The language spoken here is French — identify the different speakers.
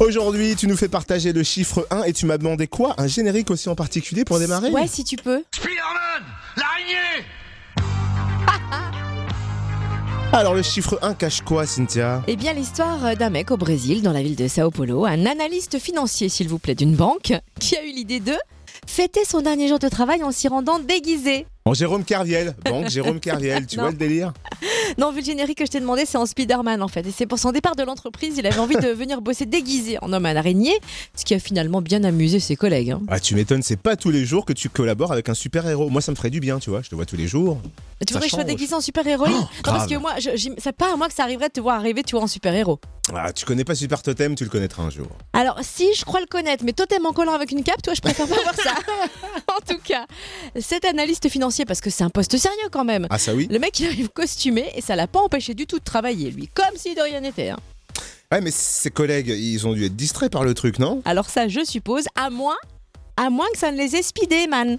Speaker 1: Aujourd'hui, tu nous fais partager le chiffre 1 et tu m'as demandé quoi Un générique aussi en particulier pour démarrer
Speaker 2: Ouais, si tu peux.
Speaker 3: Spider-Man L'araignée
Speaker 1: Alors le chiffre 1 cache quoi, Cynthia
Speaker 2: Eh bien, l'histoire d'un mec au Brésil, dans la ville de Sao Paulo, un analyste financier, s'il vous plaît, d'une banque, qui a eu l'idée de fêter son dernier jour de travail en s'y rendant déguisé.
Speaker 1: En Jérôme Carviel. Banque Jérôme Carviel, tu
Speaker 2: Non.
Speaker 1: vois le délire
Speaker 2: Non, vu le générique que je t'ai demandé, c'est en Spider-Man en fait. Et c'est pour son départ de l'entreprise, il avait envie de venir bosser déguisé en homme à l'araignée, ce qui a finalement bien amusé ses collègues. hein.
Speaker 1: Ah, tu m'étonnes, c'est pas tous les jours que tu collabores avec un super-héros. Moi, ça me ferait du bien, tu vois, je te vois tous les jours.
Speaker 2: Tu
Speaker 1: Ça
Speaker 2: voudrais que je sois
Speaker 1: change. Oh,
Speaker 2: déguisé en super-héroïne Non, parce
Speaker 1: grave.
Speaker 2: que moi, je, j'im- c'est pas à moi que ça arriverait de te voir arriver, tu vois, en super-héros.
Speaker 1: Ah, tu connais pas Super Totem, tu le connaîtras un jour.
Speaker 2: Alors, si, je crois le connaître, mais totem en collant avec une cape, toi, je préfère pas voir ça. en tout cas, cet analyste financier, parce que c'est un poste sérieux quand même.
Speaker 1: Ah, ça oui
Speaker 2: Le mec, il arrive costumé et ça l'a pas empêché du tout de travailler, lui, comme si de rien n'était. hein.
Speaker 1: Ouais, mais ses collègues, ils ont dû être distraits par le truc, non
Speaker 2: Alors ça, je suppose, à moins, à moins que ça ne les ait speedés, man.